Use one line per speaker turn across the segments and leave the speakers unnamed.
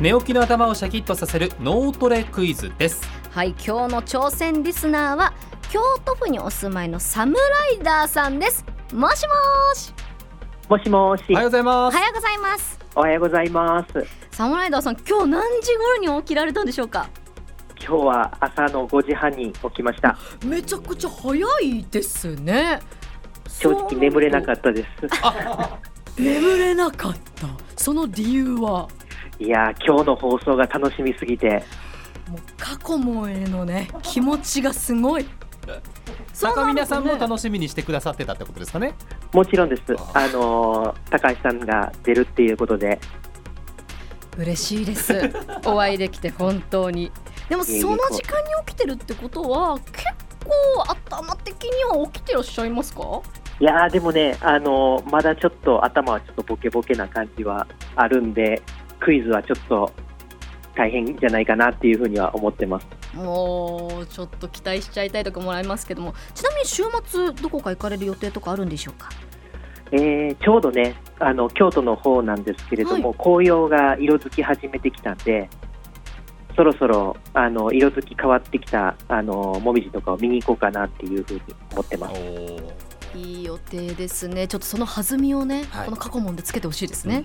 寝起きの頭をシャキッとさせる脳トレクイズです
はい今日の挑戦リスナーは京都府にお住まいのサムライダーさんですもしもーし
もしもし、
おはようござい
お
ます、
はようございます
おはようございます。
サムライダーさん今日何時頃に起きられたんでしょうか
今日は朝の5時半に起きました。
めちゃくちゃ早いですね
正直眠れなかったです。
眠れなかったその理由は
いやー、今日の放送が楽しみすぎて、
もう過去もへの ね気持ちがすごいそう
中
なんで
皆
すね
さんも楽しみにしてくださってたってことですかね
もちろんです
あ。
あのー高橋さんが出るっていうことで、
嬉しいですお会いできて本当にでも
いえいえ
その時間に起きてるってことは結構頭的には起きてらっしゃいますか
いやー、でもね、あのーまだちょっと頭はちょっとボケボケな感じはあるんで、クイズはちょっと大変じゃないかなっていうふうには思ってます。
もうちょっと期待しちゃいたいとかもらいますけどもちなみに週末どこか行かれる予定とかあるんでしょうか
えーちょうどね、あの京都の方なんですけれども、紅葉が色づき始めてきたんで、そろそろあの色づき変わってきたあのもみじとかを見に行こうかなっていうふうに思ってます。
お
いい予定ですねちょっとその弾みをね、
はい
この過去問でつけてほしいですね、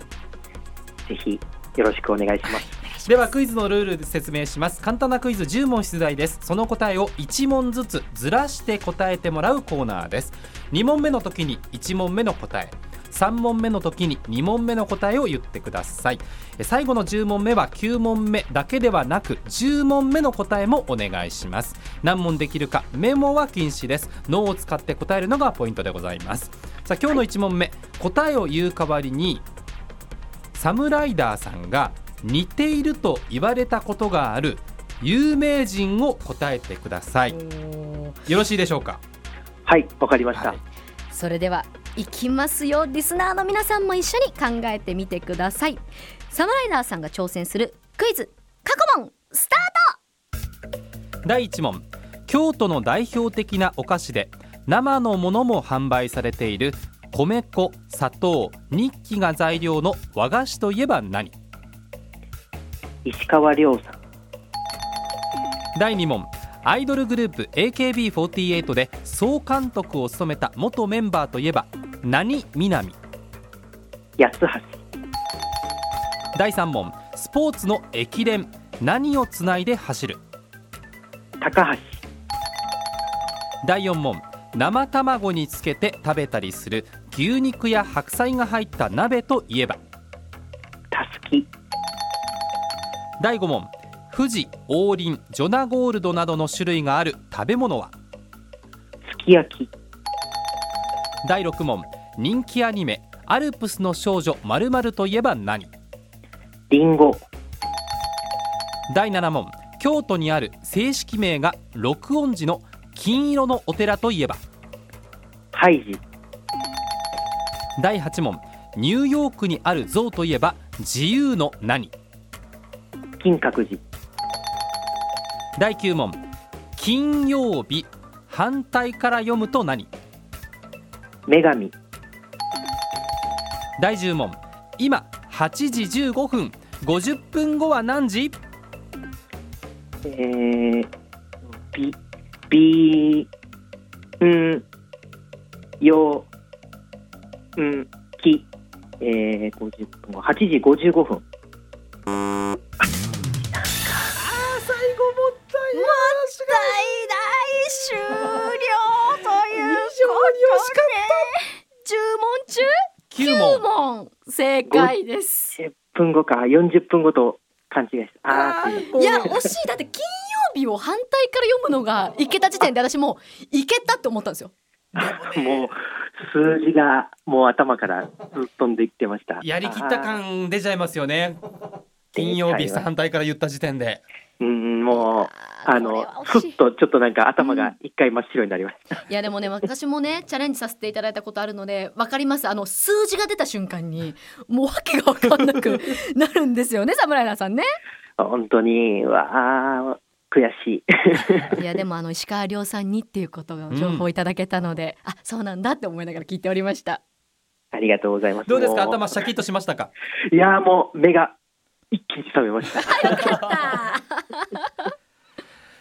ぜひよろしくお願いします。
ではクイズのルールで説明します簡単なクイズ10問出題ですその答えを1問ずつずらして答えてもらうコーナーです2問目の時に1問目の答え3問目の時に2問目の答えを言ってくださいえ最後の10問目は9問目だけではなく10問目の答えもお願いします何問できるかメモは禁止です脳を使って答えるのがポイントでございますさあ今日の1問目、答えを言う代わりにサムライダーさんが似ていると言われたことがある有名人を答えてください
おー
よろしいでしょうか
はい、わかりました。
はい
それでは行きますよリスナーの皆さんも一緒に考えてみてくださいサムライダーさんが挑戦するクイズ過去問スター
第1問京都の代表的なお菓子で生のものも販売されている米粉砂糖日記が材料の和菓子といえば何
石川亮さん、
第2問アイドルグループ AKB48 で総監督を務めた元メンバーといえば何南
安橋、
第3問スポーツの駅伝何をつないで走る
高橋、
第4問生卵につけて食べたりする牛肉や白菜が入った鍋といえば
たすき、
第5問富士王林ジョナゴールドなどの種類がある食べ物は
すき焼き、
第6問人気アニメ「アルプスの少女〇〇といえば何
りんご、
第7問京都にある正式名が六音寺の金色のお寺といえば
ハイジ、
第8問ニューヨークにある像といえば自由の何
金閣寺、
第9問金曜日反対から読むと何
女神、
第10問今8時15分50分後は何時
えー、び、び、ん、よ、ん、き、えー、50分後、8時55分。
トもったいない終了ということで
9
10問中9
問
問正解です
10分後か、40分後と勘違いした。あー
いや惜しいだって金曜日を反対から読むのがいけた時点で私もういけたって思ったんですよ
あもう、数字が、もう頭からずっ飛んできてました。
やりきった
あー。
感出ちゃいます よね金曜日反対から言った時点で
うん、もう、あの、ふっと、ちょっとなんか頭が一回真っ白になりました。
いやでもね私もねチャレンジさせていただいたことあるのでわかりますあの数字が出た瞬間にもう訳が分かんなくなるんですよね侍田さんね
本当に、わあ、悔しい。
いやでもあの石川亮さんにっていうことが情報いただけたので、あそうなんだって思いながら聞いており ました
ありがとうございます。
どうですか
も
頭シャキッとしましたか
いやーもう目が一気に冷めました。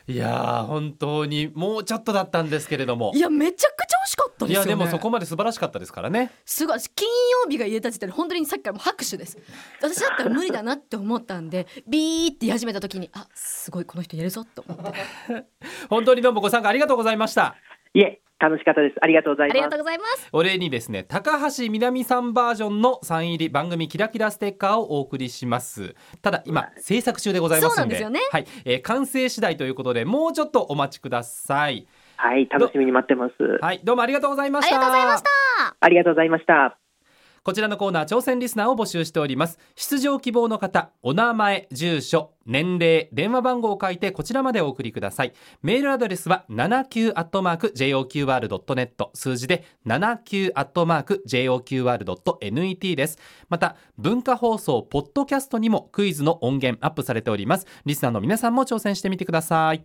いやー本当にもうちょっとだったんですけれども
いやめちゃくちゃ惜しかった
い
ですよ
や
ね
でもそこまで素晴らしかったですからね
すごい金曜日が言えた時点で本当にさっきからもう拍手です私だったら無理だなって思ったんでビーって言い始めた時にあすごいこの人やるぞと思って
本当にどうもご参加ありがとうございました
いえ、楽しかったです。ありがとうござい
あり
ま
が
す
とう。ございます
お礼にですね高橋みなみさんバージョンのサイン入り番組キラキラステッカーをお送りしますただ今制作中でございます
そうなん
んで
ですよね
はい、えー完成次第ということでもうちょっとお待ちください
はい、楽しみに待ってます。
はいどうもありがとうございま
あ
し
り
た
がとうございました
ありがとうございました。
こちらのコーナー挑戦リスナーを募集しております出場希望の方お名前住所年齢電話番号を書いてこちらまでお送りくださいメールアドレスは 79-joqr.net 数字で 79-joqr.net ですまた文化放送ポッドキャストにもクイズの音源アップされておりますリスナーの皆さんも挑戦してみてください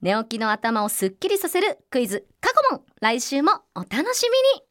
寝起きの頭をすっきりさせるクイズ過去問来週もお楽しみに